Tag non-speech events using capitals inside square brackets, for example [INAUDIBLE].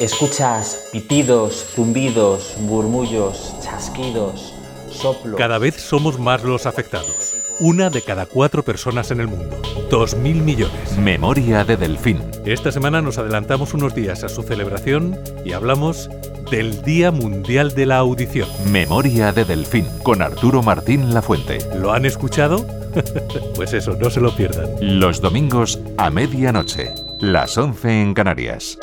Escuchas pitidos, zumbidos, murmullos, chasquidos, soplos. Cada vez somos más los afectados. Una de cada cuatro personas en el mundo. 2.000 millones. Memoria de Delfín. Esta semana nos adelantamos unos días a su celebración y hablamos del Día Mundial de la Audición. Memoria de Delfín con Arturo Martín Lafuente. ¿Lo han escuchado? [LAUGHS] pues eso, no se lo pierdan. Los domingos a medianoche. Las 11 en Canarias.